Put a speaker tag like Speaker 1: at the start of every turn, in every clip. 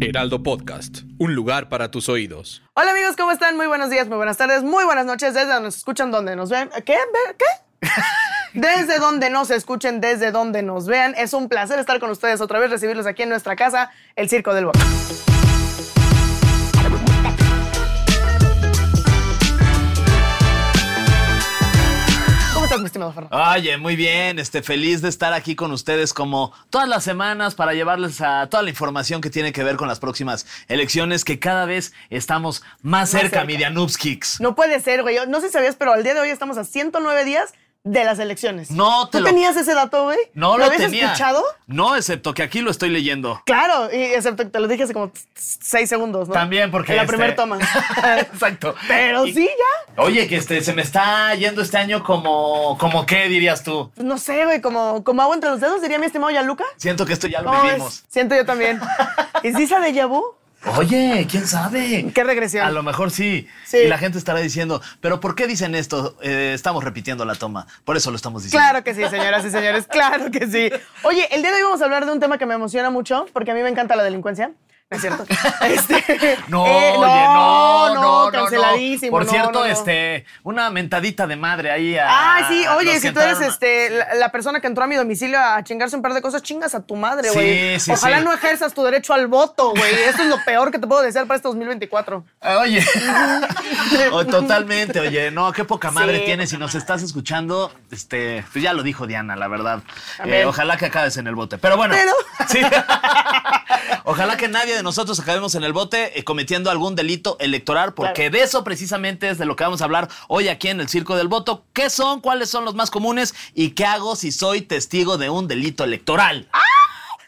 Speaker 1: Heraldo Podcast, un lugar para tus oídos.
Speaker 2: Hola amigos, ¿cómo están? Muy buenos días, muy buenas tardes, muy buenas noches. Desde donde nos escuchan, donde nos ven. ¿Qué? ¿Ve- ¿Qué? Desde donde nos escuchen, desde donde nos vean. Es un placer estar con ustedes otra vez, recibirlos aquí en nuestra casa, el Circo del Box. ¿Cómo estás, mi estimado Fernando?
Speaker 3: Oye, muy bien, este, feliz de estar aquí con ustedes como todas las semanas para llevarles a toda la información que tiene que ver con las próximas elecciones que cada vez estamos más, cerca,
Speaker 2: cerca.
Speaker 3: mi Midianoops Kicks.
Speaker 2: No puede ser, güey. Yo No sé si sabías, pero al día de hoy estamos a 109 días de las elecciones.
Speaker 3: No te
Speaker 2: ¿Tú
Speaker 3: lo-
Speaker 2: tenías ese dato, güey?
Speaker 3: No lo,
Speaker 2: habías
Speaker 3: tenía.
Speaker 2: escuchado?
Speaker 3: No, excepto que aquí lo estoy leyendo.
Speaker 2: Claro, y excepto que te lo dije hace como seis segundos, ¿no?
Speaker 3: También porque
Speaker 2: En la
Speaker 3: este-
Speaker 2: primera toma.
Speaker 3: Exacto.
Speaker 2: Pero
Speaker 3: Y-
Speaker 2: sí, ya.
Speaker 3: Oye, que este se me está yendo este año como como qué dirías tú.
Speaker 2: pues No sé, güey, como, como agua entre los dedos, diría mi estimado Yaluca.
Speaker 3: Siento que esto ya lo
Speaker 2: ¿Cómo
Speaker 3: vivimos.
Speaker 2: ves? Siento yo también. ¿Es esa de Yabu?
Speaker 3: Oye, quién sabe.
Speaker 2: Qué regresión.
Speaker 3: A lo mejor sí.
Speaker 2: Sí.
Speaker 3: Y la gente estará diciendo, pero ¿por qué dicen esto? Eh, estamos repitiendo la toma. Por eso lo estamos diciendo.
Speaker 2: Claro que sí, señoras y señores, claro que sí. Oye, el día de hoy vamos a hablar de un tema que me emociona mucho, porque a mí me encanta la delincuencia. No es cierto. Este,
Speaker 3: No,
Speaker 2: eh,
Speaker 3: oye, no, no, no, no.
Speaker 2: canceladísimo.
Speaker 3: Por
Speaker 2: no,
Speaker 3: cierto,
Speaker 2: no, no.
Speaker 3: este, una mentadita de madre ahí a.
Speaker 2: Ah, sí,
Speaker 3: a
Speaker 2: oye,
Speaker 3: los
Speaker 2: si
Speaker 3: que
Speaker 2: tú eres
Speaker 3: entraron a-
Speaker 2: este, la, la persona que entró a mi domicilio a chingarse un par de cosas, chingas a tu madre,
Speaker 3: Sí,
Speaker 2: güey.
Speaker 3: sí,
Speaker 2: Ojalá
Speaker 3: sí.
Speaker 2: no ejerzas tu derecho al voto, güey. Esto es lo peor que te puedo desear para este 2024.
Speaker 3: Ah, Oye, O totalmente, oye, no, qué poca madre
Speaker 2: Sí,
Speaker 3: tienes.
Speaker 2: poca
Speaker 3: Si nos estás escuchando, este, pues ya lo dijo Diana, la verdad.
Speaker 2: Amén.
Speaker 3: Eh, ojalá que acabes en el bote. Pero bueno,
Speaker 2: Pero-
Speaker 3: sí. ojalá que nadie de nosotros acabemos en el bote eh, cometiendo algún delito electoral, porque de eso precisamente es de lo que vamos a hablar hoy aquí en el Circo del Voto. ¿Qué son? ¿Cuáles son los más comunes? ¿Y qué hago si soy testigo de un delito electoral?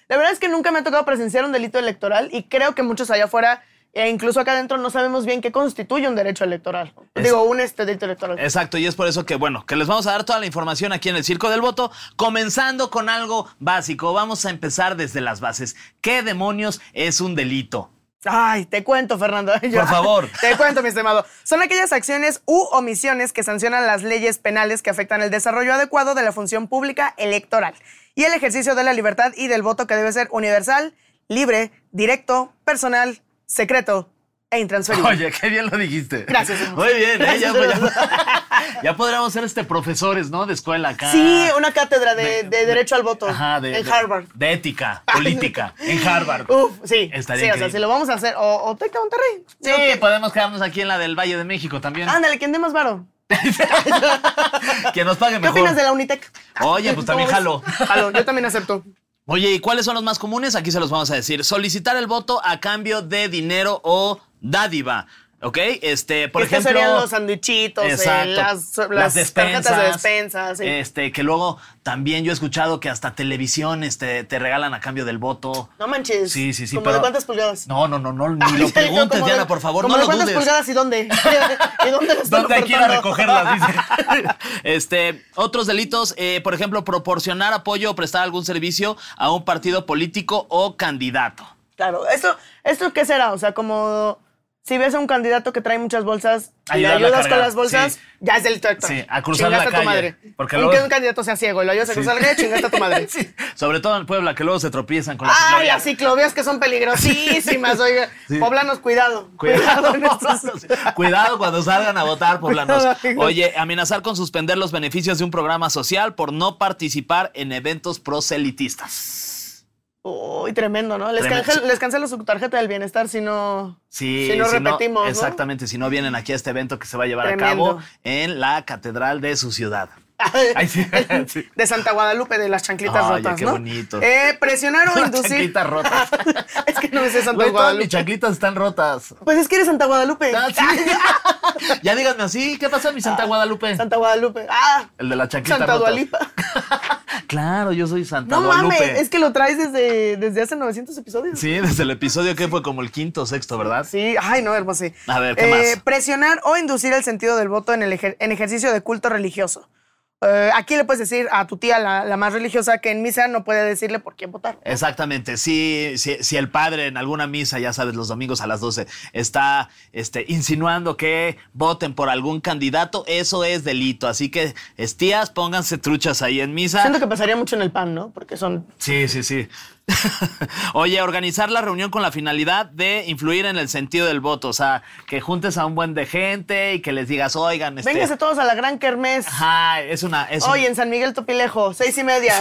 Speaker 2: La verdad es que nunca me ha tocado presenciar un delito electoral y creo que muchos allá afuera, e incluso acá adentro, no sabemos bien qué constituye un derecho electoral.
Speaker 3: Es-
Speaker 2: Digo, un este delito electoral.
Speaker 3: Exacto, y es por eso que, bueno, que les vamos a dar toda la información aquí en el Circo del Voto, comenzando con algo básico. Vamos a empezar desde las bases. ¿Qué demonios es un delito?
Speaker 2: Ay, te cuento, Fernando. Yo-
Speaker 3: Por favor.
Speaker 2: Te cuento, mi estimado. Son aquellas acciones u omisiones que sancionan las leyes penales que afectan el desarrollo adecuado de la función pública electoral y el ejercicio de la libertad y del voto que debe ser universal, libre, directo, personal, secreto e intransferible.
Speaker 3: Oye, qué bien lo dijiste.
Speaker 2: Gracias, hermoso.
Speaker 3: Muy bien, ¿eh? ya,
Speaker 2: Gracias,
Speaker 3: ya- ya podríamos ser este profesores, ¿no? De escuela acá.
Speaker 2: Sí, una cátedra de, de derecho al voto
Speaker 3: Ajá, de,
Speaker 2: en
Speaker 3: de-
Speaker 2: Harvard.
Speaker 3: De ética, política, en Harvard.
Speaker 2: Uf, sí. sí,
Speaker 3: Estaría
Speaker 2: o sea,
Speaker 3: increíble.
Speaker 2: si lo vamos a hacer, o, o Tec de Monterrey.
Speaker 3: Sí, pues. podemos quedarnos aquí en la del Valle de México también.
Speaker 2: Ándale, ¿quién dé más varo?
Speaker 3: que nos pague
Speaker 2: ¿Qué
Speaker 3: mejor.
Speaker 2: opinas de la Unitec?
Speaker 3: Oye, pues también
Speaker 2: ¿Cómo
Speaker 3: jalo.
Speaker 2: ves? Jalo, yo también acepto.
Speaker 3: Oye, ¿y cuáles son los más comunes? Aquí se los vamos a decir. Solicitar el voto a cambio de dinero o dádiva. ¿Ok? Este, por
Speaker 2: Por
Speaker 3: ejemplo.
Speaker 2: serían los sandwichitos, eh,
Speaker 3: Exacto.
Speaker 2: las, las tarjetas de despensas. eh. sí.
Speaker 3: Este, que luego también yo he escuchado que hasta televisión este, te regalan a cambio del voto.
Speaker 2: no manches.
Speaker 3: Sí, sí, sí.
Speaker 2: ¿Como
Speaker 3: pero-
Speaker 2: de cuántas pulgadas?
Speaker 3: No, no, no, no, ni lo preguntes,
Speaker 2: Como de-
Speaker 3: Diana, por favor,
Speaker 2: como
Speaker 3: no
Speaker 2: de
Speaker 3: lo
Speaker 2: cuántas
Speaker 3: dudes.
Speaker 2: pulgadas y dónde? ¿Y dónde las están
Speaker 3: ¿Dónde hay que ir a
Speaker 2: ofertando?
Speaker 3: recogerlas? Dice. este, otros delitos, eh, por ejemplo, proporcionar apoyo o prestar algún servicio a un partido político o candidato.
Speaker 2: Claro, ¿esto, ¿esto qué será? O sea, como si ves a un candidato que trae muchas bolsas y le
Speaker 3: Ayudarlo a
Speaker 2: ayudas con
Speaker 3: cargar,
Speaker 2: las bolsas,
Speaker 3: sí.
Speaker 2: ya es delito electoral.
Speaker 3: Sí, a cruzar la
Speaker 2: Chingaste a tu
Speaker 3: calle,
Speaker 2: madre.
Speaker 3: porque
Speaker 2: Aunque
Speaker 3: luego-
Speaker 2: un candidato sea ciego y lo ayudas a cruzar la calle, chingaste a tu madre.
Speaker 3: Sí. Sobre todo en Puebla, que luego se tropiezan con la
Speaker 2: Ay,
Speaker 3: ciclovía.
Speaker 2: las ciclovías que son peligrosísimas, oiga.
Speaker 3: Sí.
Speaker 2: Poblanos, cuidado.
Speaker 3: Cuidado,
Speaker 2: en estos-
Speaker 3: Cuidado cuando salgan a votar, poblanos.
Speaker 2: Cuidado.
Speaker 3: Oye, amenazar con suspender los beneficios de un programa social por no participar en eventos proselitistas.
Speaker 2: Uy, tremendo, ¿no? Les,
Speaker 3: Tremendo.
Speaker 2: cancel- les cancelo su tarjeta del bienestar si no,
Speaker 3: Sí,
Speaker 2: si no
Speaker 3: si no-
Speaker 2: repetimos. ¿no?
Speaker 3: Exactamente, si no vienen aquí a este evento que se va a llevar
Speaker 2: Tremendo.
Speaker 3: a cabo en la catedral de su ciudad. Ay, sí, sí.
Speaker 2: De Santa Guadalupe, de las chanclitas
Speaker 3: Oye,
Speaker 2: rotas,
Speaker 3: qué
Speaker 2: ¿no?
Speaker 3: bonito.
Speaker 2: Eh, presionar o
Speaker 3: Las
Speaker 2: inducir.
Speaker 3: chanclitas rotas.
Speaker 2: es que no me sé Santa
Speaker 3: Güey, todas mis
Speaker 2: Guadalupe.
Speaker 3: chanclitas están rotas.
Speaker 2: Pues es que eres Santa Guadalupe.
Speaker 3: Ah, sí. ya díganme así, ¿qué pasa mi Santa Guadalupe?
Speaker 2: Santa Guadalupe. Ah,
Speaker 3: El de la chanclita
Speaker 2: Santa
Speaker 3: rota.
Speaker 2: Dualipa.
Speaker 3: Claro, yo soy Santa
Speaker 2: No
Speaker 3: Guadalupe.
Speaker 2: mames, es que lo traes desde, desde hace 900 episodios.
Speaker 3: Sí, desde el episodio que fue como el quinto o sexto, ¿verdad?
Speaker 2: Sí, ay, no, hermoso. sí.
Speaker 3: A ver, ¿qué más?
Speaker 2: Presionar o inducir el sentido del voto en, el ejer- en ejercicio de culto religioso. Eh, aquí le puedes decir a tu tía, la, la más religiosa, que en misa no puede decirle por quién votar.
Speaker 3: Exactamente, sí, si, si el padre en alguna misa, ya sabes, los domingos a las 12, está este, insinuando que voten por algún candidato, eso es delito. Así que, estías, pónganse truchas ahí en misa.
Speaker 2: Siento que pasaría mucho en el pan, ¿no? Porque son.
Speaker 3: Sí, sí, sí. Oye, organizar la reunión con la finalidad de influir en el sentido del voto, o sea, que juntes a un buen de gente y que les digas, oigan, este...
Speaker 2: Vénganse todos a la gran kermés.
Speaker 3: Ajá, es una... Es un-
Speaker 2: Hoy en San Miguel Topilejo, seis y media.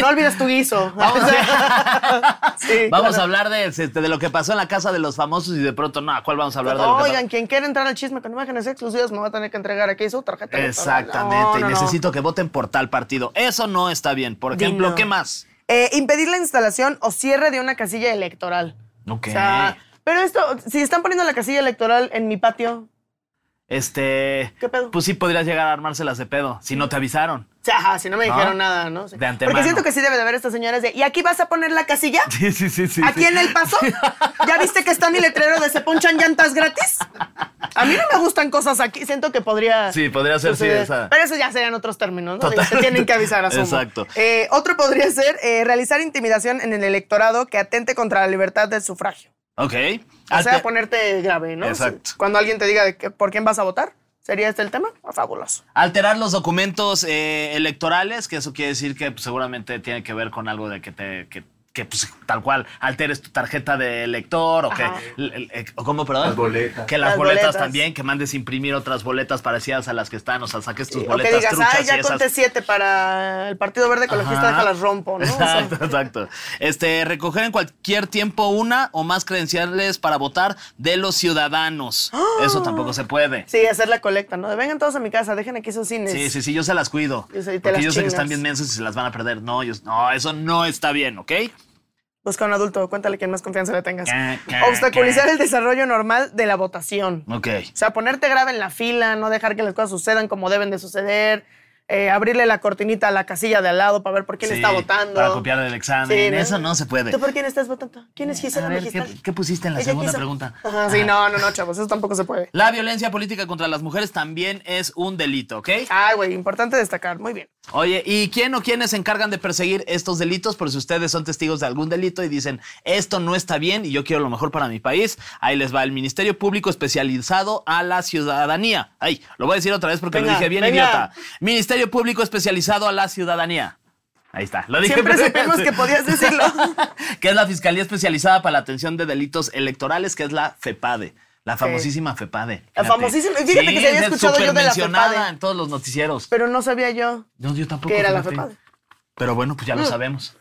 Speaker 2: No olvides tu guiso.
Speaker 3: Vamos a,
Speaker 2: Sí,
Speaker 3: Vamos
Speaker 2: claro.
Speaker 3: a hablar de, este, de lo que pasó en la casa de los famosos y de pronto, no, ¿a cuál vamos a hablar? De lo que pasó?
Speaker 2: Oigan, quien quiera entrar al chisme con imágenes exclusivas me va a tener que entregar aquí su tarjeta. electoral.
Speaker 3: Exactamente,
Speaker 2: No, no,
Speaker 3: y
Speaker 2: no.
Speaker 3: necesito que voten por tal partido. Eso no está bien. Por ejemplo,
Speaker 2: Dino.
Speaker 3: ¿qué más?
Speaker 2: Eh, impedir la instalación o cierre de una casilla electoral.
Speaker 3: Ok.
Speaker 2: O sea, pero esto, si están poniendo la casilla electoral en mi patio,
Speaker 3: este.
Speaker 2: ¿Qué pedo?
Speaker 3: Pues sí podrías llegar a armárselas de pedo, si no te avisaron.
Speaker 2: o sea, ajá, si no me
Speaker 3: No.
Speaker 2: dijeron nada, ¿no? Sí.
Speaker 3: De antemano.
Speaker 2: Porque siento que sí debe de haber estas señoras de, ¿y aquí vas a poner la casilla?
Speaker 3: Sí, sí, sí, sí.
Speaker 2: ¿Aquí en el paso? ¿Ya viste que está mi letrero de se ponchan llantas gratis? A mí no me gustan cosas aquí. Siento que podría.
Speaker 3: Sí, podría ser, sí,
Speaker 2: suceder.
Speaker 3: esa.
Speaker 2: Pero eso ya serían otros términos, ¿no? Digo, Te tienen que avisar a
Speaker 3: Exacto.
Speaker 2: Eh, otro podría ser eh, realizar intimidación en el electorado que atente contra la libertad del sufragio.
Speaker 3: Ok.
Speaker 2: O sea,
Speaker 3: Alte-
Speaker 2: ponerte grave, ¿no?
Speaker 3: Exacto.
Speaker 2: Cuando alguien te diga de que- por quién vas a votar, ¿sería este el tema? Ah, Fabuloso.
Speaker 3: Alterar los documentos eh, electorales, que eso quiere decir que pues, seguramente tiene que ver con algo de que te. Que, que, pues, tal cual alteres tu tarjeta de elector o que
Speaker 2: Ajá.
Speaker 3: el- el- eh, ¿cómo, perdón?
Speaker 4: Las boletas.
Speaker 3: que las,
Speaker 2: Las
Speaker 3: boletas,
Speaker 2: boletas.
Speaker 3: también que mandes imprimir otras boletas parecidas a las que están o sea saques
Speaker 2: Sí, o
Speaker 3: tus
Speaker 2: que
Speaker 3: boletas
Speaker 2: digas,
Speaker 3: truchas
Speaker 2: ay, ya
Speaker 3: y esas-
Speaker 2: conté siete para el Partido Verde Ecologista,
Speaker 3: Ajá.
Speaker 2: déjalas rompo, ¿no? O sea,
Speaker 3: Exacto, exacto. Este, recoger en cualquier tiempo una o más credenciales para votar de los ciudadanos.
Speaker 2: ¡Ah!
Speaker 3: Eso tampoco se puede.
Speaker 2: Sí, hacer la colecta, ¿no? De, Vengan todos a mi casa, dejen aquí sus cines.
Speaker 3: Sí, sí, sí, yo se las cuido.
Speaker 2: Yo sé, y te
Speaker 3: porque
Speaker 2: las
Speaker 3: Pues, yo sé que
Speaker 2: chingas.
Speaker 3: están bien mensos y se las van a perder. No, yo- no, eso no está bien, ¿ok?
Speaker 2: Busca un Pues adulto, cuéntale quien más confianza le tengas.
Speaker 3: Ca, ca,
Speaker 2: Obstaculizar
Speaker 3: ca.
Speaker 2: el desarrollo normal de la votación.
Speaker 3: Ok.
Speaker 2: O sea, ponerte grave en la fila, no dejar que las cosas sucedan como deben de suceder, eh, abrirle la cortinita a la casilla de al lado para ver por quién
Speaker 3: Sí,
Speaker 2: está votando.
Speaker 3: Para copiar el examen.
Speaker 2: Sí,
Speaker 3: Eso no se puede.
Speaker 2: ¿Tú por quién estás votando? ¿Quién es Gisela
Speaker 3: A ver,
Speaker 2: Magistral?
Speaker 3: ¿qué- qué pusiste en la
Speaker 2: Ella
Speaker 3: segunda pregunta?
Speaker 2: Ajá, sí,
Speaker 3: Ajá.
Speaker 2: no, no, no, chavos, eso tampoco se puede.
Speaker 3: La violencia política contra las mujeres también es un delito, ¿ok?
Speaker 2: Ay, güey, importante destacar, muy bien.
Speaker 3: Oye, ¿y quién o quiénes se encargan de perseguir estos delitos? Por si ustedes son testigos de algún delito y dicen, esto no está bien y yo quiero lo mejor para mi país, ahí les va el Ministerio Público especializado a la ciudadanía. Ay, lo voy a decir otra vez porque lo
Speaker 2: Venga,
Speaker 3: dije bien
Speaker 2: venga.
Speaker 3: idiota. Ministerio Público especializado a la ciudadanía. Ahí está, lo dije.
Speaker 2: Siempre supimos que podías decirlo.
Speaker 3: que es la Fiscalía Especializada para la Atención de Delitos Electorales, que es la FEPADE. La famosísima FEPADE.
Speaker 2: La
Speaker 3: fíjate.
Speaker 2: famosísima- fíjate que se había
Speaker 3: es
Speaker 2: escuchado yo de la
Speaker 3: supermencionada
Speaker 2: FEPADE.
Speaker 3: en todos los noticieros.
Speaker 2: Pero no sabía yo
Speaker 3: No, yo tampoco.
Speaker 2: qué era la Mm.
Speaker 3: fíjate.
Speaker 2: FEPADE.
Speaker 3: Pero bueno, pues ya lo sabemos.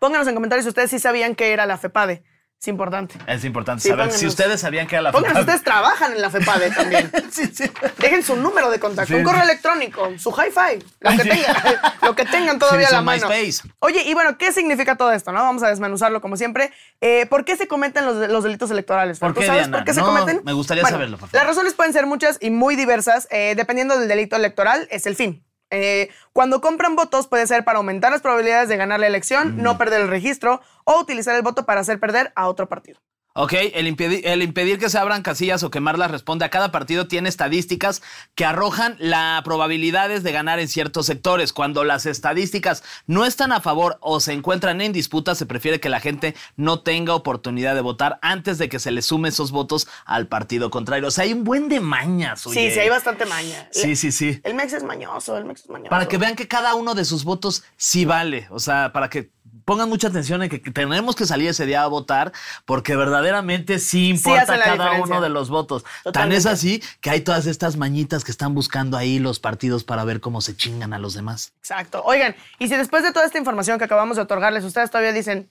Speaker 2: Pónganos en comentarios si ustedes sí sabían qué era la FEPADE. Es importante.
Speaker 3: Es importante
Speaker 2: Sí,
Speaker 3: saber
Speaker 2: pónganos.
Speaker 3: si ustedes sabían que era la
Speaker 2: Pónganos,
Speaker 3: FEPADE.
Speaker 2: ustedes trabajan en la FEPADE también.
Speaker 3: Sí, sí.
Speaker 2: Dejen su número de contacto,
Speaker 3: Sí.
Speaker 2: un correo electrónico, su hi-fi, lo que
Speaker 3: Sí.
Speaker 2: tengan, lo que tengan todavía
Speaker 3: Sí,
Speaker 2: a la
Speaker 3: su
Speaker 2: mano.
Speaker 3: MySpace.
Speaker 2: Oye, y bueno, ¿qué significa todo esto? No, vamos a desmenuzarlo como siempre. Eh, ¿Por qué se cometen los, los delitos electorales?
Speaker 3: ¿Por
Speaker 2: ¿Tú
Speaker 3: qué,
Speaker 2: sabes
Speaker 3: Diana?
Speaker 2: por qué se
Speaker 3: No,
Speaker 2: cometen?
Speaker 3: me gustaría saberlo, por favor.
Speaker 2: Las razones pueden ser muchas y muy diversas, eh, dependiendo del delito electoral, es el fin. Eh, cuando compran votos puede ser para aumentar las probabilidades de ganar la elección,
Speaker 3: Mm.
Speaker 2: no perder el registro o utilizar el voto para hacer perder a otro partido.
Speaker 3: Ok, el, impedi- el impedir que se abran casillas o quemarlas responde a cada partido tiene estadísticas que arrojan las probabilidades de ganar en ciertos sectores. Cuando las estadísticas no están a favor o se encuentran en disputa, se prefiere que la gente no tenga oportunidad de votar antes de que se le sume esos votos al partido contrario. O sea, hay un buen de mañas. oye.
Speaker 2: Sí, sí, hay bastante maña.
Speaker 3: Sí, sí, sí.
Speaker 2: El MEX es mañoso, el MEX es mañoso.
Speaker 3: Para que vean que cada uno de sus votos sí vale. O sea, para que pongan mucha atención en que que tenemos que salir ese día a votar porque verdaderamente sí importa
Speaker 2: hace la
Speaker 3: cada
Speaker 2: diferencia.
Speaker 3: uno de los votos. Tan
Speaker 2: Totalmente.
Speaker 3: es así que hay todas estas mañitas que están buscando ahí los partidos para ver cómo se chingan a los demás.
Speaker 2: Exacto. Oigan, y si después de toda esta información que acabamos de otorgarles, ustedes todavía dicen,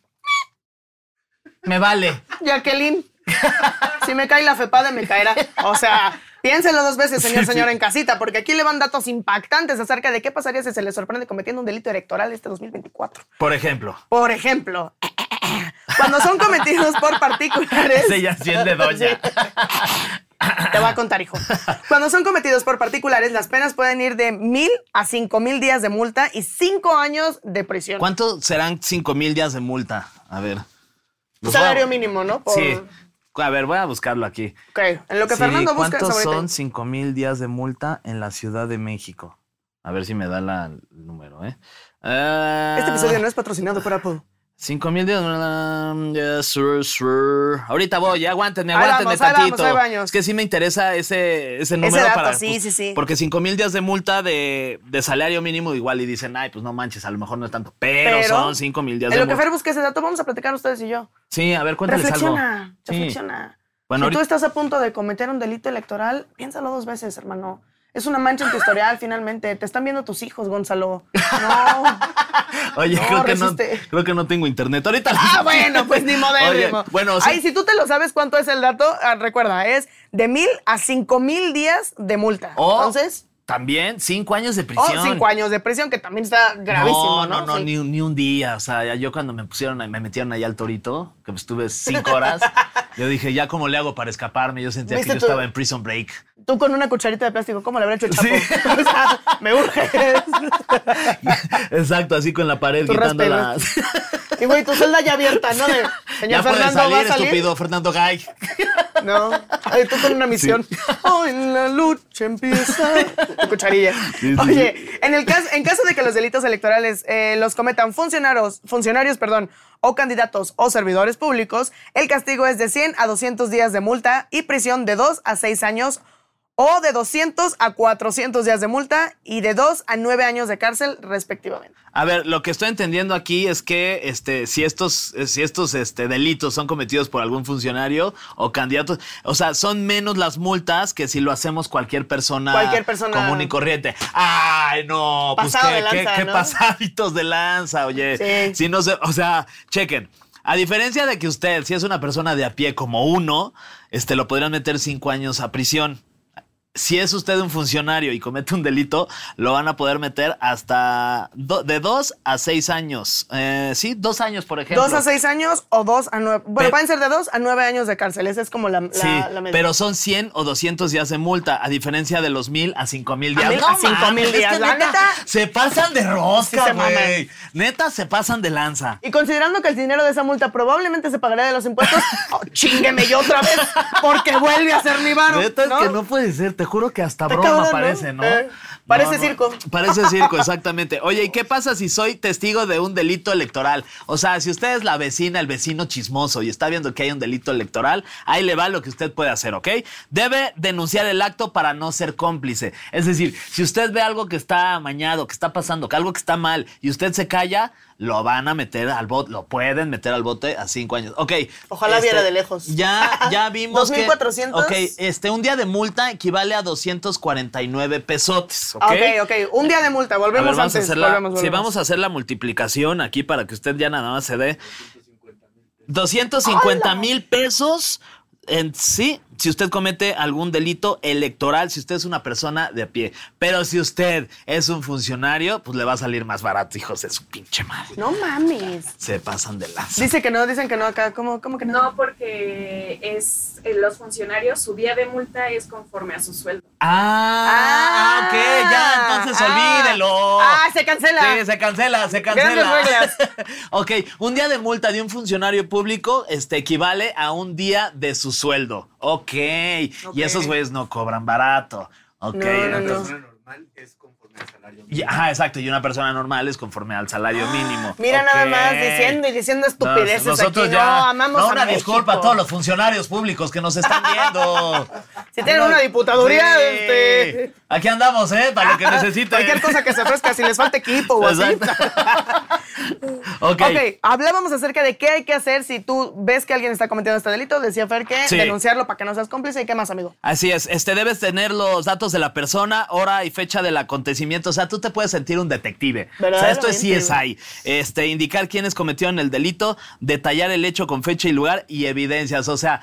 Speaker 3: Me vale.
Speaker 2: Jacqueline, si me cae la FEPADE, me caerá. O sea, piénselo dos veces, señor, señora en casita, porque aquí le van datos impactantes acerca de qué pasaría si se le sorprende cometiendo un delito electoral este 2024.
Speaker 3: Por ejemplo.
Speaker 2: Por ejemplo, cuando son cometidos por particulares.
Speaker 3: Se ya sí es de doña.
Speaker 2: Te voy a contar, hijo. Cuando son cometidos por particulares, las penas pueden ir de mil a cinco mil días de multa y cinco años de prisión.
Speaker 3: ¿Cuánto serán 5 mil días de multa? A ver. Los
Speaker 2: Salario
Speaker 3: voy a-
Speaker 2: mínimo, ¿no? Por-
Speaker 3: Sí. A ver, voy a buscarlo aquí.
Speaker 2: Ok, en lo que
Speaker 3: Sí,
Speaker 2: Fernando busca
Speaker 3: ¿Cuántos
Speaker 2: sobre este
Speaker 3: son 5 mil días de multa en la Ciudad de México? A ver si me da la- el número, ¿eh? Ah.
Speaker 2: Este episodio no es patrocinado por Apple.
Speaker 3: 5 mil días. mm, yes, sir, sir. Ahorita voy, ya aguántenme,
Speaker 2: Ahí
Speaker 3: aguántenme
Speaker 2: vamos, ahí vamos,
Speaker 3: tantito.
Speaker 2: ahí baños.
Speaker 3: Es que sí me interesa ese, ese número
Speaker 2: dato,
Speaker 3: para. pues,
Speaker 2: sí, sí, sí.
Speaker 3: Porque 5 mil días de multa de, de salario mínimo, igual, y dicen, ay, pues no manches, a lo mejor no es tanto. Pero,
Speaker 2: Pero,
Speaker 3: son 5 mil días
Speaker 2: En
Speaker 3: de
Speaker 2: lo que
Speaker 3: multa.
Speaker 2: Fer busca ese dato, vamos a platicar ustedes y yo.
Speaker 3: Sí, a ver, cuéntales
Speaker 2: Reflexiona,
Speaker 3: algo. Sí.
Speaker 2: reflexiona.
Speaker 3: Bueno,
Speaker 2: si tú
Speaker 3: ahorita-
Speaker 2: estás a punto de cometer un delito electoral, piénsalo dos veces, hermano. Es una mancha en tu historial, finalmente. Te están viendo tus hijos, Gonzalo. No.
Speaker 3: Oye,
Speaker 2: No,
Speaker 3: creo, que no,
Speaker 2: resiste.
Speaker 3: creo que no tengo internet. Ahorita les-
Speaker 2: Ah, bueno, pues ni modérrimo.
Speaker 3: Oye, bueno, o sea-
Speaker 2: Ay, si tú te lo sabes cuánto es el dato, ah, recuerda, es de mil a cinco mil días de multa.
Speaker 3: O
Speaker 2: Entonces,
Speaker 3: También cinco años de
Speaker 2: o
Speaker 3: prisión.
Speaker 2: Oh, cinco años de prisión, que también está gravísimo.
Speaker 3: No, no, no,
Speaker 2: Sí.
Speaker 3: ni, un- ni un día. O sea, ya yo cuando me pusieron, ahí- me metieron allá al torito, que pues estuve cinco horas, yo dije, ya cómo le hago para escaparme. Yo sentía que
Speaker 2: ¿Viste
Speaker 3: yo
Speaker 2: tu-
Speaker 3: estaba en prison break.
Speaker 2: Tú con una cucharita de plástico, ¿cómo le habrá hecho el chapo?
Speaker 3: Sí.
Speaker 2: O sea, me urge.
Speaker 3: Exacto, así con la pared
Speaker 2: Tú
Speaker 3: quitando
Speaker 2: raspa y
Speaker 3: las.
Speaker 2: y güey, tu celda ya abierta, ¿no? De,
Speaker 3: ya
Speaker 2: señor
Speaker 3: puedes
Speaker 2: Fernando, ¿va
Speaker 3: salir,
Speaker 2: a salir?
Speaker 3: estúpido, Fernando Gay.
Speaker 2: No. Ay, tú con una misión. Hoy en la lucha empieza. Tu cucharilla.
Speaker 3: Sí, sí,
Speaker 2: Oye, En, el caso, en caso de que los delitos electorales eh, los cometan funcionarios, funcionarios perdón, o candidatos o servidores públicos, el castigo es de 100 a 200 días de multa y prisión de 2 a 6 años o de 200 a 400 días de multa y de 2 a 9 años de cárcel respectivamente.
Speaker 3: A ver, lo que estoy entendiendo aquí es que este, si estos, si estos este, delitos son cometidos por algún funcionario o candidato, o sea, son menos las multas que si lo hacemos cualquier persona,
Speaker 2: Cualquier persona.
Speaker 3: común y corriente. Ay, no, pues
Speaker 2: Pasado
Speaker 3: qué,
Speaker 2: de lanza,
Speaker 3: qué- qué
Speaker 2: ¿no?
Speaker 3: pasaditos de lanza, oye.
Speaker 2: Sí.
Speaker 3: Si no se, o sea, chequen. A diferencia de que usted, si es una persona de a pie como uno, este, lo podrían meter cinco años a prisión si es usted un funcionario y comete un delito, lo van a poder meter hasta do- de dos a seis años. Eh, sí, dos años, por ejemplo.
Speaker 2: 2 a 6 años o 2 a 9. Bueno,
Speaker 3: Pero-
Speaker 2: pueden ser de 2 a 9 años de cárcel. Esa es como la, la,
Speaker 3: Sí,
Speaker 2: la medida.
Speaker 3: pero son 100 o 200 días de multa, a diferencia de los 1000 a 5000 días.
Speaker 2: mil a cinco
Speaker 3: mames,
Speaker 2: mil
Speaker 3: es que
Speaker 2: días, la neta.
Speaker 3: Se pasan de
Speaker 2: Sí
Speaker 3: rosca,
Speaker 2: se maman.
Speaker 3: güey. neta, se pasan de lanza.
Speaker 2: Y considerando que el dinero de esa multa probablemente se pagará de los impuestos, oh, chingueme yo otra vez, porque vuelve a ser mi varo.
Speaker 3: Neta es
Speaker 2: ¿no?
Speaker 3: que no puede ser, te juro que hasta
Speaker 2: Está
Speaker 3: broma
Speaker 2: cabrón, ¿no?
Speaker 3: parece, ¿no?
Speaker 2: Eh,
Speaker 3: No,
Speaker 2: parece
Speaker 3: no.
Speaker 2: circo.
Speaker 3: Parece circo, exactamente. Oye, ¿y qué pasa si soy testigo de un delito electoral? O sea, si usted es la vecina, el vecino chismoso y está viendo que hay un delito electoral, ahí le va lo que usted puede hacer, ¿ok? Debe denunciar el acto para no ser cómplice. Es decir, si usted ve algo que está amañado, que está pasando, que algo que está mal y usted se calla, lo van a meter al bote, lo pueden meter al bote a cinco años. Ok. este,
Speaker 2: Ojalá viera de lejos.
Speaker 3: Ya, ya vimos que-
Speaker 2: 2400.
Speaker 3: Ok, este, un día de multa equivale a 249 pesotes. ¿ok?
Speaker 2: Ah, ok, ok. Un día de multa,
Speaker 3: A ver,
Speaker 2: volvemos
Speaker 3: vamos a
Speaker 2: antes.
Speaker 3: hacer la-
Speaker 2: volvemos,
Speaker 3: sí,
Speaker 2: volvemos.
Speaker 3: vamos a hacer la multiplicación aquí para que usted ya nada más se dé. 250 mil pesos. En sí, si usted comete algún delito electoral, si usted es una persona de a pie. Pero si usted es un funcionario, pues le va a salir más barato, hijos de su pinche madre.
Speaker 2: No mames.
Speaker 3: Se pasan de lanza.
Speaker 2: Dice que no, dicen que no acá. ¿Cómo, cómo que no?
Speaker 4: No, porque es eh, los funcionarios, su día de multa es conforme a su sueldo.
Speaker 3: Ah, ah, ok, ya, entonces
Speaker 2: ah,
Speaker 3: olvídelo.
Speaker 2: Ah, se cancela.
Speaker 3: Sí, se cancela, se cancela.
Speaker 2: Grandes reglas.
Speaker 3: ok, un día de multa de un funcionario público este, equivale a un día de su sueldo. Ok, y esos güeyes no cobran barato. Ok,
Speaker 2: No, no,
Speaker 3: entonces-
Speaker 2: no.
Speaker 3: Y- ajá, exacto, y una persona normal es conforme al salario mínimo.
Speaker 2: Ah, Mira nada
Speaker 3: Ok.
Speaker 2: más diciendo y diciendo
Speaker 3: Nos-
Speaker 2: estupideces
Speaker 3: nosotros
Speaker 2: aquí.
Speaker 3: ya.
Speaker 2: No, amamos
Speaker 3: No,
Speaker 2: a
Speaker 3: una
Speaker 2: México.
Speaker 3: disculpa a todos los funcionarios públicos que nos están viendo.
Speaker 2: Si tienen una diputaduría,
Speaker 3: Sí.
Speaker 2: este, Ah,
Speaker 3: Aquí andamos, ¿eh? Para lo que necesiten.
Speaker 2: Cualquier cosa que se ofrezca, si les falta equipo o así.
Speaker 3: ok.
Speaker 2: ok, hablábamos acerca de qué hay que hacer si tú ves que alguien está cometiendo este delito. Decía Fer que
Speaker 3: Sí.
Speaker 2: denunciarlo para que no seas cómplice. ¿Y qué más, amigo?
Speaker 3: Así es, este debes tener los datos de la persona, hora y fecha del acontecimiento. O sea, tú te puedes sentir un detective. O sea, esto es
Speaker 2: Verdaderamente.
Speaker 3: CSI. Este, indicar quiénes cometieron el delito, detallar el hecho con fecha y lugar y evidencias. O sea,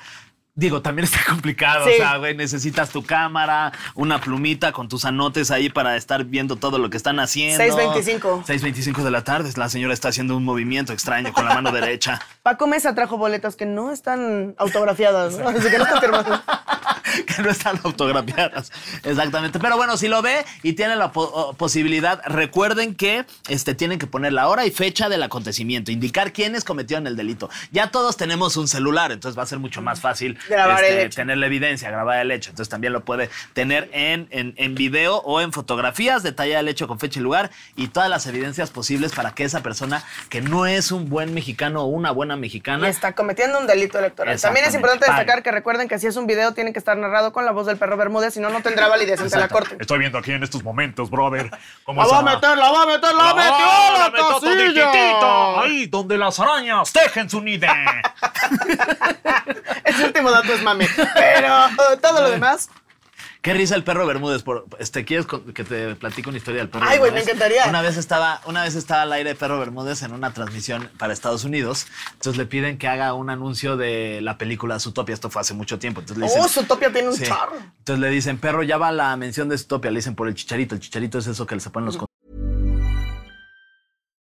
Speaker 3: digo, también está complicado.
Speaker 2: Sí.
Speaker 3: O sea, güey, necesitas tu cámara, una plumita con tus anotes ahí para estar viendo todo lo que están haciendo.
Speaker 2: 6:25.
Speaker 3: 6.25 de la tarde. La señora está haciendo un movimiento extraño con la mano derecha.
Speaker 2: Paco Mesa trajo boletas que no están autografiadas, ¿no? así que no están firmadas.
Speaker 3: que no están autografiadas. Exactamente. Pero bueno, si lo ve y tiene la po- posibilidad, recuerden que este, tienen que poner la hora y fecha del acontecimiento, indicar quiénes cometieron el delito. Ya todos tenemos un celular, entonces va a ser mucho más fácil
Speaker 2: Grabar el
Speaker 3: este,
Speaker 2: hecho.
Speaker 3: tener la evidencia, grabar el hecho. Entonces también lo puede tener en, en, en video o en fotografías, detallar el hecho con fecha y lugar y todas las evidencias posibles para que esa persona que no es un buen mexicano o una buena mexicana
Speaker 2: Y está cometiendo un delito electoral. También es importante
Speaker 3: Exactamente.
Speaker 2: destacar
Speaker 3: Pague.
Speaker 2: que recuerden que si es un video tiene que estar narrado con la voz del perro Bermúdez, si no, no tendrá validez ante la corte.
Speaker 5: Estoy viendo aquí en estos momentos, brother. Cómo
Speaker 2: La
Speaker 5: se
Speaker 2: va a meter, la va a meter, la, metió a la
Speaker 5: metió tu
Speaker 2: casilla.
Speaker 5: digitito, Ahí donde las arañas tejen su nido.
Speaker 2: Ese último dato es mame. Pero eh, todo lo demás.
Speaker 3: Qué risa el perro Bermúdez. Por, este, ¿Quieres con- que te platique una historia del perro
Speaker 2: Ay, güey,
Speaker 3: Bermúdez?
Speaker 2: me encantaría.
Speaker 3: Una vez, estaba, una vez estaba al aire perro Bermúdez en una transmisión para Estados Unidos. Entonces le piden que haga un anuncio de la película Zootopia. Esto fue hace mucho tiempo. Entonces le dicen,
Speaker 2: Oh, Zootopia tiene un
Speaker 3: Sí.
Speaker 2: charro.
Speaker 3: Entonces le dicen, perro, ya va la mención de Zootopia. Le dicen por el chicharito. El chicharito es eso que se ponen los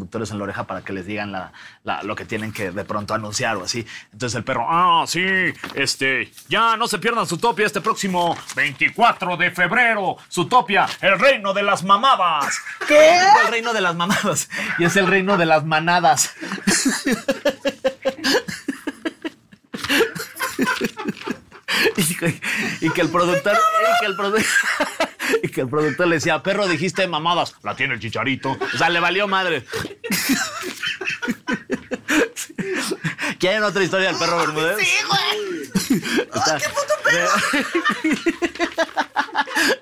Speaker 3: conductores en la oreja para que les digan la- la- lo que tienen que de pronto anunciar o así. Entonces el perro, ah,
Speaker 5: Ah, sí. Este, ya no se pierdan Zootopia este próximo 24 de febrero. Zootopia, el reino de las mamadas.
Speaker 2: ¿Qué?
Speaker 3: Es el reino de las mamadas y es el reino de las manadas. Y que, y que el productor y que el, produ- y que el productor le decía perro dijiste mamadas
Speaker 5: La tiene el chicharito.
Speaker 3: o sea le valió madre quieren otra historia del perro Bermúdez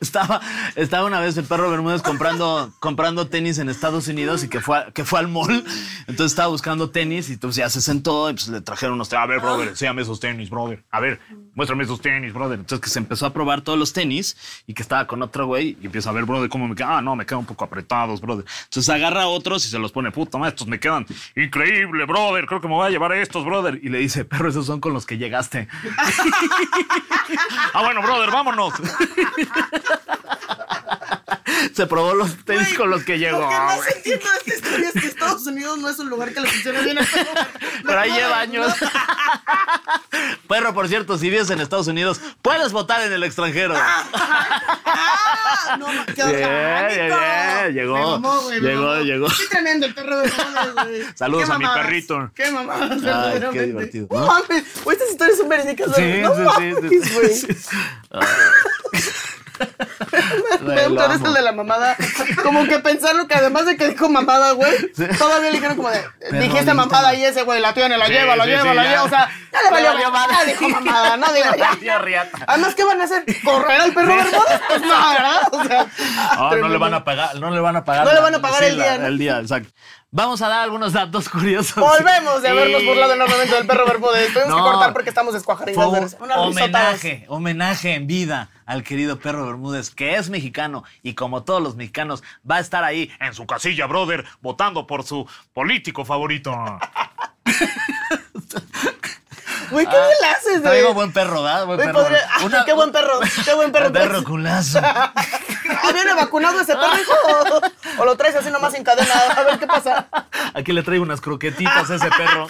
Speaker 3: estaba, estaba una vez el perro Bermúdez comprando, comprando tenis en Estados Unidos y que fue, a- que fue al mall. Entonces estaba buscando tenis y entonces ya se sentó y pues le trajeron unos
Speaker 5: A ver, brother, enséñame esos tenis, brother. A ver, muéstrame esos tenis, brother.
Speaker 3: Entonces que se empezó a probar todos los tenis y que estaba con otro güey
Speaker 5: Y empieza a ver, brother, cómo me queda. Ah, no, me quedan un poco apretados, brother.
Speaker 3: Entonces agarra otros y se los pone, puta madre, estos me quedan.
Speaker 5: Increíble, brother. Creo que me voy a llevar estos, brother.
Speaker 3: Y le dice, perro, esos son con los que llegaste.
Speaker 5: Ah, bueno, brother, vámonos.
Speaker 3: Se probó los tenis con los que llegó.
Speaker 2: Lo que más
Speaker 3: güey.
Speaker 2: entiendo de esta historia es que Estados Unidos no es un lugar que le funcione bien a todo.
Speaker 3: Pero ahí lleva años. Perro, por cierto, si vives en Estados Unidos, puedes votar en el extranjero.
Speaker 2: Ah, no, ma- qué
Speaker 3: Bien,
Speaker 2: orgánico.
Speaker 3: bien, bien, llegó.
Speaker 2: Me mamó, güey, me
Speaker 3: Llegó,
Speaker 2: mamó.
Speaker 3: llegó.
Speaker 2: Qué tremendo el perro de Bermúdez, güey.
Speaker 3: Saludos
Speaker 2: Qué
Speaker 3: a mi
Speaker 2: mamadas,
Speaker 5: perrito.
Speaker 2: Qué mamadas,
Speaker 3: qué
Speaker 2: verdaderamente.
Speaker 3: divertido,
Speaker 2: No
Speaker 3: ¿no?
Speaker 2: mames, güey, estas historias son verídicas. güey. no mames, güey. Me
Speaker 3: Güey, lo
Speaker 2: gusta eso
Speaker 3: amo.
Speaker 2: de la mamada. Como que pensarlo que además de que dijo mamada, güey, todavía le dijeron como de, dijiste
Speaker 3: dijiste
Speaker 2: mamada y ese güey la tiene, la lleva, la
Speaker 3: sí,
Speaker 2: lleva,
Speaker 3: sí,
Speaker 2: la
Speaker 3: ya.
Speaker 2: lleva. O sea, ya le
Speaker 3: Le
Speaker 2: valió,
Speaker 3: valió
Speaker 2: ya
Speaker 3: madre.
Speaker 2: dijo mamada, no digo
Speaker 3: Le
Speaker 2: ya.
Speaker 3: valió riata.
Speaker 2: Además, ¿qué van a hacer? ¿Correr al perro Bermúdez? Pues no, ¿verdad? O sea,
Speaker 3: Ah, no le
Speaker 2: tremendo.
Speaker 3: van a pagar, no le van a pagar.
Speaker 2: No le
Speaker 3: la-
Speaker 2: van a pagar el
Speaker 3: la-
Speaker 2: día, ¿no?
Speaker 3: El día, exacto. Vamos a dar algunos datos curiosos.
Speaker 2: Volvemos de habernos
Speaker 3: Y-
Speaker 2: burlado enormemente del perro Bermúdez. Tuvimos que
Speaker 3: No.
Speaker 2: cortar porque estamos
Speaker 3: Fue
Speaker 2: descuajarizados. de
Speaker 3: un
Speaker 2: risa. Unas risotadas.
Speaker 3: homenaje, homenaje en vida al querido perro Bermúdez, que es mexicano y como todos los mexicanos va a estar ahí.
Speaker 5: En su casilla, brother, votando por su político favorito.
Speaker 2: Güey, ¿qué bien le haces, güey?
Speaker 3: Ah, Traigo buen perro, ¿verdad? Buen
Speaker 2: Güey,
Speaker 3: perro.
Speaker 2: podría- Ah,
Speaker 3: Una-
Speaker 2: qué buen perro, qué buen perro.
Speaker 3: Perro culazo.
Speaker 2: ¿Habían vacunado ese perro, hijo? O lo traes así nomás sin cadena. A ver qué pasa.
Speaker 3: Aquí le traigo unas croquetitas a ese perro.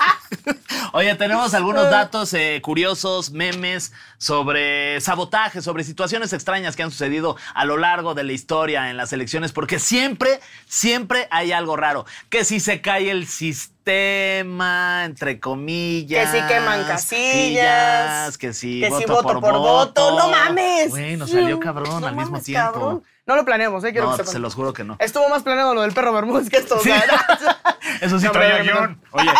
Speaker 3: Oye, tenemos
Speaker 2: Ah.
Speaker 3: algunos datos eh, curiosos, memes sobre sabotajes, sobre situaciones extrañas que han sucedido a lo largo de la historia en las elecciones, porque siempre, siempre hay algo raro. Que si se cae el sistema, entre comillas.
Speaker 2: Que si queman casillas.
Speaker 3: Que si,
Speaker 2: Que si voto por, voto. ¡No mames!
Speaker 3: Güey, nos salió cabrón
Speaker 2: No
Speaker 3: al mismo
Speaker 2: mames,
Speaker 3: tiempo.
Speaker 2: cabrón. No lo planeamos, ¿eh? Quiero
Speaker 3: No, pues,
Speaker 2: que sepan.
Speaker 3: se los juro que no.
Speaker 2: Estuvo más planeado lo del perro Bermúdez que esto. o sea,
Speaker 3: Eso sí
Speaker 2: No,
Speaker 3: traía
Speaker 2: pero-
Speaker 3: guión. Oye.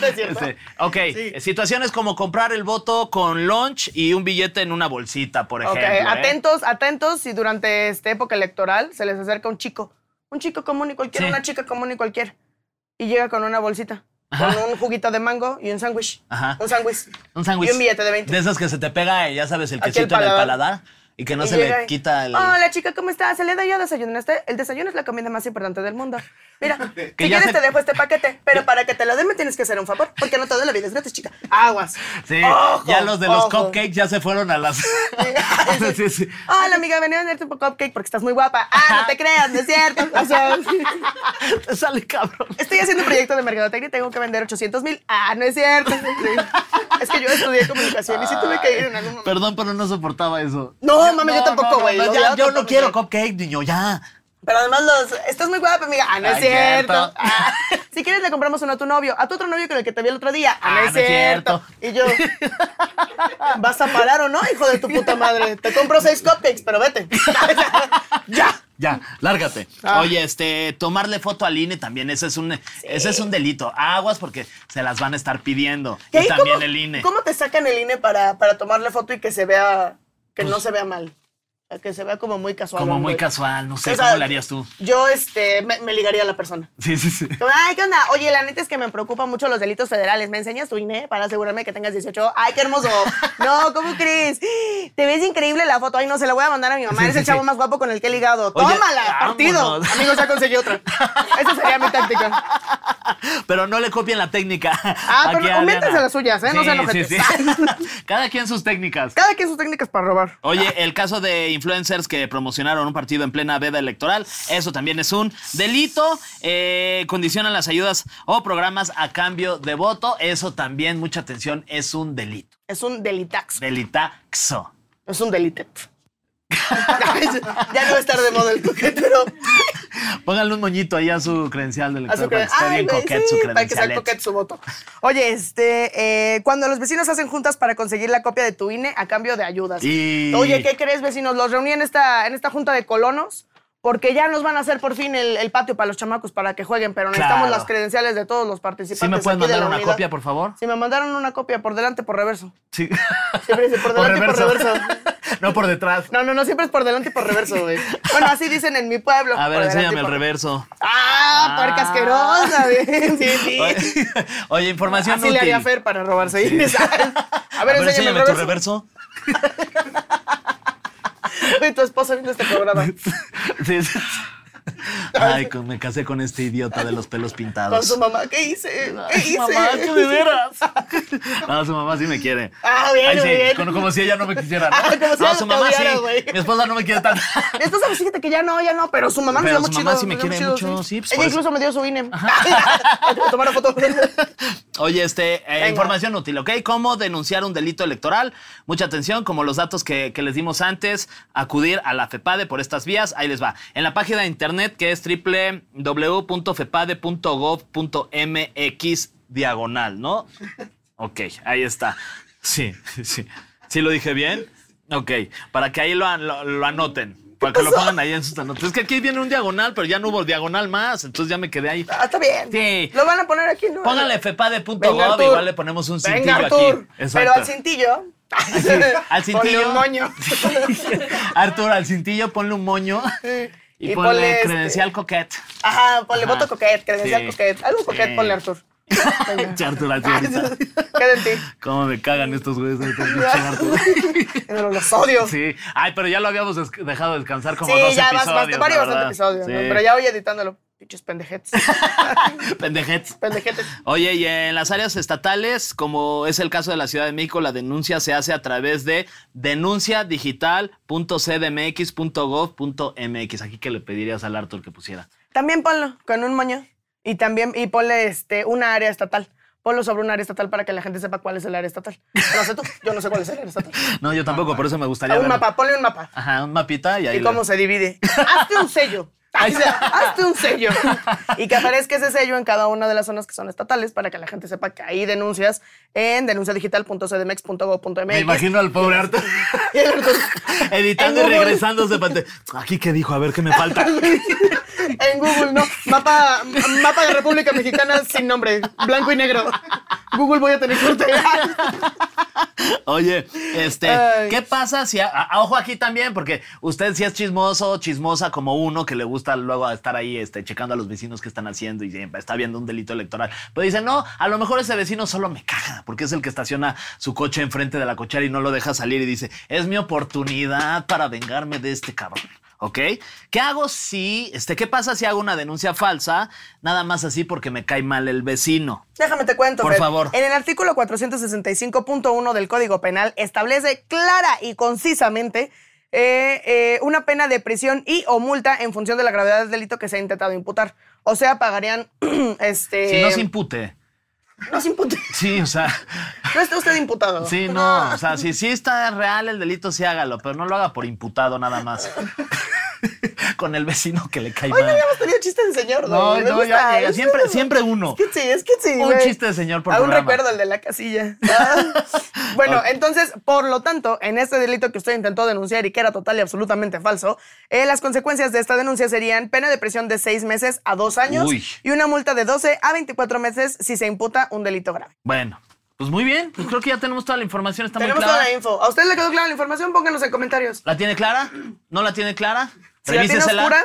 Speaker 2: no es cierto.
Speaker 3: Este, ok,
Speaker 2: Sí.
Speaker 3: situaciones como comprar el voto con lunch y un billete en una bolsita, por
Speaker 2: Ok,
Speaker 3: ejemplo. ¿eh?
Speaker 2: atentos, atentos si durante esta época electoral se les acerca un chico, un chico común y cualquiera,
Speaker 3: Sí.
Speaker 2: una chica común y cualquiera, y llega con una bolsita. con un juguito de mango y un sándwich.
Speaker 3: Ajá.
Speaker 2: Un sándwich.
Speaker 3: Un sándwich.
Speaker 2: Y un billete de 20.
Speaker 3: De esas que se te pega, eh, ya sabes, el
Speaker 2: Aquí el
Speaker 3: quesito en el
Speaker 2: paladar.
Speaker 3: paladar y que no
Speaker 2: Y
Speaker 3: se
Speaker 2: llega
Speaker 3: le
Speaker 2: y,
Speaker 3: quita el.
Speaker 2: Hola chica, ¿cómo estás? Se le da yo desayuno. Este- el desayuno es la comida más importante del mundo. Mira, si
Speaker 3: ya
Speaker 2: quieres
Speaker 3: se-
Speaker 2: te dejo este paquete, pero para que te lo dé me tienes que hacer un favor, porque no todo en la vida es gratis, chica. Aguas.
Speaker 3: Sí,
Speaker 2: Ojo,
Speaker 3: ya los de los
Speaker 2: ojo.
Speaker 3: cupcakes ya se fueron a las. sí, sí.
Speaker 2: Hola amiga, venía a venderte un cupcake porque estás muy guapa. Ah, no te creas, no es cierto. O sea,
Speaker 3: Te sale cabrón.
Speaker 2: estoy haciendo un proyecto de mercadotecnia y tengo que vender 800 mil. Ah, no es cierto. Sí. Es que yo estudié comunicación y sí tuve que ir en algún momento.
Speaker 3: Perdón, pero no soportaba eso.
Speaker 2: No, mami, yo tampoco, güey.
Speaker 3: no,
Speaker 2: Lo
Speaker 3: ya,
Speaker 2: odiaba
Speaker 3: yo no
Speaker 2: tampoco,
Speaker 3: quiero
Speaker 2: güey.
Speaker 3: cupcake, niño, ya.
Speaker 2: Pero además los, estás muy guapa, amiga. Ah, no es
Speaker 3: Ay,
Speaker 2: cierto.
Speaker 3: cierto.
Speaker 2: Ah, si quieres le compramos uno a tu novio, a tu otro novio con el que te vi el otro día. Ah, no, es,
Speaker 3: no es
Speaker 2: cierto. Y yo, ¿vas a parar o no, hijo de tu puta madre? Te compro seis cupcakes, pero vete. ya.
Speaker 3: Ya, lárgate.
Speaker 2: Ah.
Speaker 3: Oye, este, tomarle foto al INE también, ese es un, ese es un delito. Aguas porque se las van a estar pidiendo.
Speaker 2: ¿Qué?
Speaker 3: Y también
Speaker 2: ¿Cómo-
Speaker 3: el E. INE.
Speaker 2: ¿Cómo te sacan el INE para, para tomarle foto y que se vea, que no se vea mal? O sea, Que se vea como muy casual.
Speaker 3: Pues
Speaker 2: Pues,
Speaker 3: Como muy
Speaker 2: güey.
Speaker 3: casual, no sé,
Speaker 2: O sea,
Speaker 3: ¿cómo le harías tú?
Speaker 2: Yo, este, me, me ligaría a la persona.
Speaker 3: Sí, sí, sí.
Speaker 2: Como, Ay, ¿qué onda? Oye, la neta es que me preocupan mucho los delitos federales. ¿Me enseñas tu INE para asegurarme que tengas 18? Ay, qué hermoso. No, ¿cómo crees? Te ves increíble la foto. Ay, no, se la voy a mandar a mi mamá.
Speaker 3: Sí,
Speaker 2: Eres
Speaker 3: sí,
Speaker 2: el chavo
Speaker 3: sí.
Speaker 2: más guapo con el que he ligado.
Speaker 3: Oye,
Speaker 2: Tómala, partido.
Speaker 3: vámonos.
Speaker 2: Amigos, ya conseguí otra. Esa sería mi táctica.
Speaker 3: Pero no le copien la técnica.
Speaker 2: Ah, pero métanse las suyas, ¿eh? No sean ojetes.
Speaker 3: Cada quien sus técnicas.
Speaker 2: Cada quien sus técnicas para robar.
Speaker 3: Oye, el caso de influencers que promocionaron un partido en plena veda electoral, eso también es un delito. Eh, condicionan las ayudas o programas a cambio de voto, eso también, mucha atención, es un delito.
Speaker 2: Es un delitax.
Speaker 3: Delitaxo.
Speaker 2: Es un delitet. ya no va a estar de moda el coquetero.
Speaker 3: Pónganle un moñito ahí a su credencial del
Speaker 2: A su cre-
Speaker 3: elector. para que esté
Speaker 2: Ay,
Speaker 3: bien
Speaker 2: güey,
Speaker 3: coquet su
Speaker 2: sí, para que sea
Speaker 3: credencialet.
Speaker 2: coquet su voto. Oye, este, eh, cuando los vecinos hacen juntas para conseguir la copia de tu INE a cambio de ayudas.
Speaker 3: Y-
Speaker 2: Oye, ¿qué crees, vecinos? Los reuní en esta, en esta junta de colonos porque ya nos van a hacer por fin el, el patio para los chamacos para que jueguen, pero necesitamos
Speaker 3: Claro.
Speaker 2: las credenciales de todos los participantes.
Speaker 3: ¿Sí me puedes
Speaker 2: aquí de la
Speaker 3: mandar una
Speaker 2: unidad.
Speaker 3: copia, por favor?
Speaker 2: Sí, me mandaron una copia por delante, por reverso.
Speaker 3: Sí.
Speaker 2: Siempre dice por delante y por reverso.
Speaker 3: no por detrás.
Speaker 2: No, no, no, siempre es por delante y por reverso, güey. Bueno, así dicen en mi pueblo.
Speaker 3: A ver,
Speaker 2: por delante y
Speaker 3: enséñame el
Speaker 2: por-
Speaker 3: reverso.
Speaker 2: Ah, puerca
Speaker 3: Ah.
Speaker 2: asquerosa, güey. Sí, sí.
Speaker 3: Oye, oye, información
Speaker 2: Eh. Así le
Speaker 3: útil.
Speaker 2: haría Fer para robarse ahí. A ver, enséñame, el
Speaker 3: tu
Speaker 2: reverso.
Speaker 3: reverso.
Speaker 2: Y tu esposa viendo este programa.
Speaker 3: Sí, sí. Ay, con- me casé con este idiota de los pelos
Speaker 2: Con su
Speaker 3: pintados.
Speaker 2: mamá, ¿qué hice? ¿Qué hice?
Speaker 3: mamá, que de veras. No, su mamá sí me quiere.
Speaker 2: Ah, bien,
Speaker 3: Ay, sí,
Speaker 2: muy bien.
Speaker 3: Como, como si ella no me quisiera. ¿no?
Speaker 2: Ah, como si
Speaker 3: No,
Speaker 2: ella
Speaker 3: su
Speaker 2: te
Speaker 3: mamá
Speaker 2: odiara,
Speaker 3: sí.
Speaker 2: güey.
Speaker 3: Mi esposa no me quiere tanto.
Speaker 2: Mi esposa, pues, fíjate que ya no, ya no, pero su mamá
Speaker 3: Pero
Speaker 2: nos
Speaker 3: su
Speaker 2: dio muy chido.
Speaker 3: mamá sí me
Speaker 2: nos dio
Speaker 3: quiere
Speaker 2: muy chido,
Speaker 3: mucho, sí, pues,
Speaker 2: Ella
Speaker 3: por
Speaker 2: incluso me dio su INE. Para tomar foto.
Speaker 3: Oye, este, eh, información útil, ¿ok? ¿Cómo denunciar un delito electoral? Mucha atención, como los datos que, que les dimos antes, acudir a la FEPADE por estas vías, ahí les va. En la página de internet que es www.fepade.gov.mx diagonal, ¿no? Ok, ahí está. Sí, sí. ¿Sí lo dije bien? Ok, para que ahí lo, an- lo- lo anoten. Para que lo pongan ahí en sus anotes. Es que aquí viene un diagonal, pero ya no hubo diagonal más, entonces ya me quedé ahí.
Speaker 2: Ah, está bien.
Speaker 3: Sí.
Speaker 2: Lo van a poner aquí, ¿no?
Speaker 3: Póngale
Speaker 2: Venga,
Speaker 3: fepade.gov,
Speaker 2: Artur.
Speaker 3: igual le ponemos un cintillo
Speaker 2: Venga, Artur.
Speaker 3: aquí.
Speaker 2: Pero al cintillo.
Speaker 3: al cintillo.
Speaker 2: Ponle un moño.
Speaker 3: Artur, al cintillo ponle un moño y,
Speaker 2: Y
Speaker 3: ponle,
Speaker 2: ponle este-
Speaker 3: credencial coquet.
Speaker 2: Ajá, ponle
Speaker 3: Ajá.
Speaker 2: voto coquet, credencial
Speaker 3: Sí.
Speaker 2: coquet. Algo coquet,
Speaker 3: Sí.
Speaker 2: ponle Artur. Venga.
Speaker 3: Che, Artur, así ahorita.
Speaker 2: Queda en ti.
Speaker 3: Cómo me cagan estos güeyes. ahorita, pinche Artur.
Speaker 2: Pero los odio.
Speaker 3: Sí. Ay, pero ya lo habíamos des- dejado descansar como
Speaker 2: sí,
Speaker 3: dos
Speaker 2: ya vas,
Speaker 3: episodios.
Speaker 2: vas,
Speaker 3: la
Speaker 2: varios
Speaker 3: verdad.
Speaker 2: episodios,
Speaker 3: Sí.
Speaker 2: ¿no? pero ya voy editándolo. Pinches pendejetes.
Speaker 3: Pendejets.
Speaker 2: pendejetes.
Speaker 3: Oye, y en las áreas estatales, como es el caso de la Ciudad de México, la denuncia se hace a través de denunciadigital.cdmx.gov.mx. Aquí que le pedirías al Arthur que pusiera.
Speaker 2: También ponlo con un moño y también y ponle este una área estatal. Ponlo sobre un área estatal para que la gente sepa cuál es el área estatal. No sé tú, yo no sé cuál es el área estatal.
Speaker 3: No, yo tampoco, por eso me gustaría
Speaker 2: un
Speaker 3: verlo.
Speaker 2: mapa, ponle un mapa.
Speaker 3: Ajá, un mapita y ahí.
Speaker 2: y cómo
Speaker 3: le-
Speaker 2: se divide. Hazte un sello.
Speaker 3: Ahí
Speaker 2: O sea,
Speaker 3: está.
Speaker 2: Hazte un sello. Y que aparezca ese sello en cada una de las zonas que son estatales para que la gente sepa que ahí denuncias en denunciadigital.cdmex.gov.mx.
Speaker 3: Me imagino al pobre Arthur
Speaker 2: Y el Arturo-
Speaker 3: editando y
Speaker 2: En Google.
Speaker 3: regresándose para aquí qué dijo, a ver qué me falta.
Speaker 2: En Google, no. Mapa, mapa de República Mexicana sin nombre, blanco y negro. Google voy a tener suerte.
Speaker 3: Oye, este, ¿qué pasa si, a, a- ojo aquí también, porque usted sí es chismoso, o chismosa como uno que le gusta luego estar ahí, este, checando a los vecinos que están haciendo y eh, está viendo un delito electoral. Pero dice, no, a lo mejor ese vecino solo me caga, porque es el que estaciona su coche enfrente de la cochera y no lo deja salir y dice, es mi oportunidad para vengarme de este cabrón. ¿Ok? ¿Qué hago si, este, qué pasa si hago una denuncia falsa, nada más así porque me cae mal el vecino?
Speaker 2: Déjame te cuento.
Speaker 3: Por
Speaker 2: Fer.
Speaker 3: favor.
Speaker 2: En el artículo 465.1 del Código Penal establece clara y concisamente eh, eh, una pena de prisión y o multa en función de la gravedad del delito que se ha intentado imputar. O sea, pagarían este.
Speaker 3: Si no se impute.
Speaker 2: no se impute.
Speaker 3: Sí, o sea,
Speaker 2: No está usted imputado.
Speaker 3: Sí, no. O sea, si sí está real el delito, sí hágalo, pero no lo haga por imputado nada más. Con el vecino que le cae
Speaker 2: Hoy no
Speaker 3: mal.
Speaker 2: habíamos tenido chiste de señor,
Speaker 3: No,
Speaker 2: güey. Me
Speaker 3: no,
Speaker 2: gusta.
Speaker 3: ya llega.
Speaker 2: Es
Speaker 3: Siempre-
Speaker 2: que-
Speaker 3: siempre uno.
Speaker 2: Es que sí, es que sí.
Speaker 3: Un
Speaker 2: güey.
Speaker 3: chiste de señor por
Speaker 2: Aún
Speaker 3: programa.
Speaker 2: recuerdo el de la casilla. Ah. bueno, entonces, por lo tanto, en este delito que usted intentó denunciar y que era total y absolutamente falso, eh, las consecuencias de esta denuncia serían pena de prisión de seis meses a dos años
Speaker 3: Uy.
Speaker 2: y una multa de 12 a 24 meses si se imputa un delito grave.
Speaker 3: Bueno, pues muy bien. Pues creo que ya tenemos toda la información. Está
Speaker 2: Tenemos
Speaker 3: muy clara.
Speaker 2: toda la info. ¿A usted le quedó clara la información? Pónganos en comentarios.
Speaker 3: ¿La tiene clara? ¿No la tiene clara?
Speaker 2: Si la tiene oscura.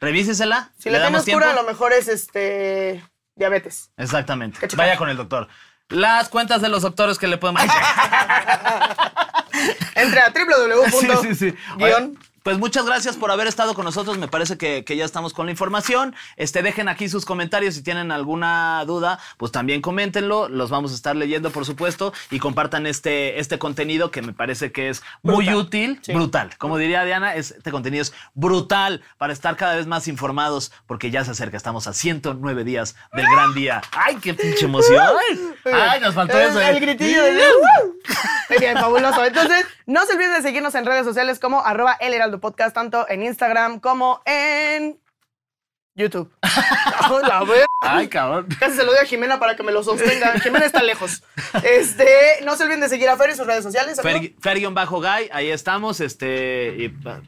Speaker 3: Revísesela.
Speaker 2: Si la tiene
Speaker 3: ¿Le damos
Speaker 2: oscura, a
Speaker 3: tiempo?
Speaker 2: lo mejor es este diabetes.
Speaker 3: Exactamente.
Speaker 2: Que checar.
Speaker 3: Vaya con el doctor. Las cuentas de los doctores que le pueden. Ay,
Speaker 2: Entre a www.
Speaker 3: Sí, sí, sí.
Speaker 2: Guión.
Speaker 3: Oye, Pues muchas gracias por haber estado con nosotros. Me parece que, que ya estamos con la información. Este, dejen aquí sus comentarios. Si tienen alguna duda, pues también coméntenlo. Los vamos a estar leyendo, por supuesto. Y compartan este, este contenido que me parece que es muy útil. Brutal. Como diría Diana, es- este contenido es brutal para estar cada vez más informados porque ya se acerca. Estamos a 109 días del gran día. ¡Ay, qué pinche emoción! ¡Ay, nos faltó
Speaker 2: El-
Speaker 3: eso! eh.
Speaker 2: El gritillo de ¡Woo! Muy bien, fabuloso. Entonces, no se olviden de seguirnos en redes sociales como arroba el heraldo podcast, tanto en Instagram como en YouTube. La ver-
Speaker 3: ¡Ay, cabrón!
Speaker 2: Casi se lo doy a Jimena para que me lo sostenga. Jimena está lejos. Este, no se olviden de seguir a Fer en sus redes sociales. amigo.
Speaker 3: Fer- Fer-Guy, ahí estamos. Este. y, pa-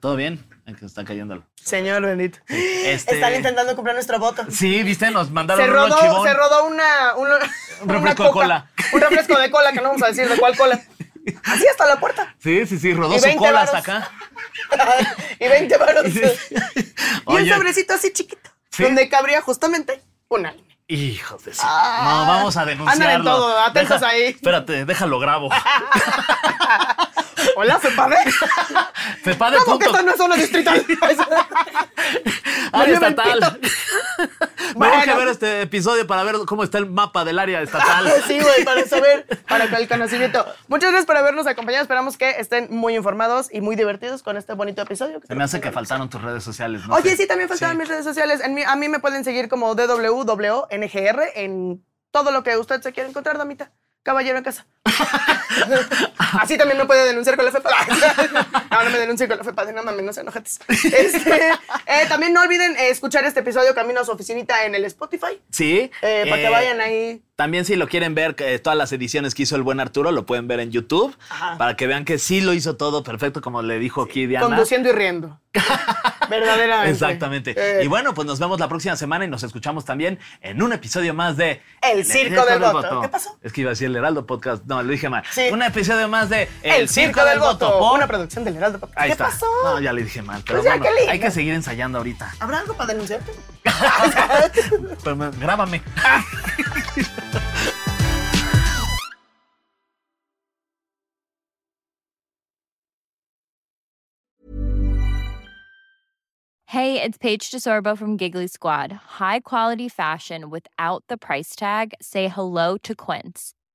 Speaker 3: ¿Todo bien? Ay, que Está cayéndolo.
Speaker 2: Señor bendito.
Speaker 3: Este-
Speaker 2: Están intentando comprar nuestro voto.
Speaker 3: Sí, viste, nos mandaron
Speaker 2: Se
Speaker 3: un
Speaker 2: rodó,
Speaker 3: chivón.
Speaker 2: se rodó una, un, una
Speaker 3: refresco de
Speaker 2: coca.
Speaker 3: cola.
Speaker 2: Un refresco de cola, que no vamos a decir de cuál cola. Así hasta la puerta.
Speaker 3: Sí, sí, sí, rodó
Speaker 2: Y
Speaker 3: su
Speaker 2: 20
Speaker 3: cola hasta
Speaker 2: varos.
Speaker 3: acá.
Speaker 2: y 20 varos. Y un
Speaker 3: Oye,
Speaker 2: sobrecito así chiquito,
Speaker 3: Sí.
Speaker 2: donde cabría justamente un anime.
Speaker 3: hijos de su-
Speaker 2: Ah.
Speaker 3: No, vamos a
Speaker 2: Andan en
Speaker 3: denunciarlo.
Speaker 2: todo, atentos
Speaker 3: Deja-
Speaker 2: ahí.
Speaker 3: Espérate, déjalo grabo.
Speaker 2: Hola, Fepade.
Speaker 3: Fepade
Speaker 2: ¿Cómo que
Speaker 3: punto-
Speaker 2: esta no es zona distrital?
Speaker 3: área
Speaker 2: Valió
Speaker 3: estatal.
Speaker 2: Bueno.
Speaker 3: Vamos que ver este episodio para ver cómo está el mapa del área estatal.
Speaker 2: sí, güey, para saber, para que el conocimiento. Muchas gracias por habernos acompañado. Esperamos que estén muy informados y muy divertidos con este bonito episodio.
Speaker 3: Se me hace que faltaron tus redes sociales. no
Speaker 2: Oye,
Speaker 3: sé.
Speaker 2: sí, también faltaban mis redes sociales. En mi- a mí me pueden seguir como DWWNGR en todo lo que usted se quiera encontrar, damita. Caballero en casa. Así también me puede denunciar con la FEPA. No, no me denuncie con la FEPA. No mames, no se enojetes. Este, eh, también no olviden eh, escuchar este episodio Camino a su oficinita en el Spotify.
Speaker 3: Sí.
Speaker 2: eh, para que
Speaker 3: eh,
Speaker 2: vayan ahí.
Speaker 3: También si lo quieren ver, eh, todas las ediciones que hizo el buen Arturo, lo pueden ver en YouTube,
Speaker 2: Ajá.
Speaker 3: para que vean que sí lo hizo todo perfecto, como le dijo aquí Diana.
Speaker 2: Conduciendo y riendo. Verdaderamente.
Speaker 3: Exactamente.
Speaker 2: Eh,
Speaker 3: Y bueno, pues nos vemos la próxima semana y nos escuchamos también en un episodio más de
Speaker 2: El Circo del Voto. ¿Qué pasó?
Speaker 3: Es que iba a decir el Heraldo Podcast. No, lo dije mal.
Speaker 2: Sí.
Speaker 3: Un episodio más de
Speaker 2: el, circo, del voto.
Speaker 3: por-
Speaker 2: Una producción del Heraldo. Podcast.
Speaker 3: Ahí
Speaker 2: ¿Qué
Speaker 3: está.
Speaker 2: pasó?
Speaker 3: No, ya le dije mal. Pero
Speaker 2: Pues ya,
Speaker 3: bueno,
Speaker 2: qué lindo.
Speaker 3: hay que seguir ensayando ahorita.
Speaker 2: ¿Habrá algo para denunciarte?
Speaker 3: Pero me- grábame.
Speaker 6: Hey, it's Paige DeSorbo from Giggly Squad. High quality fashion without the price tag. Say hello to Quince.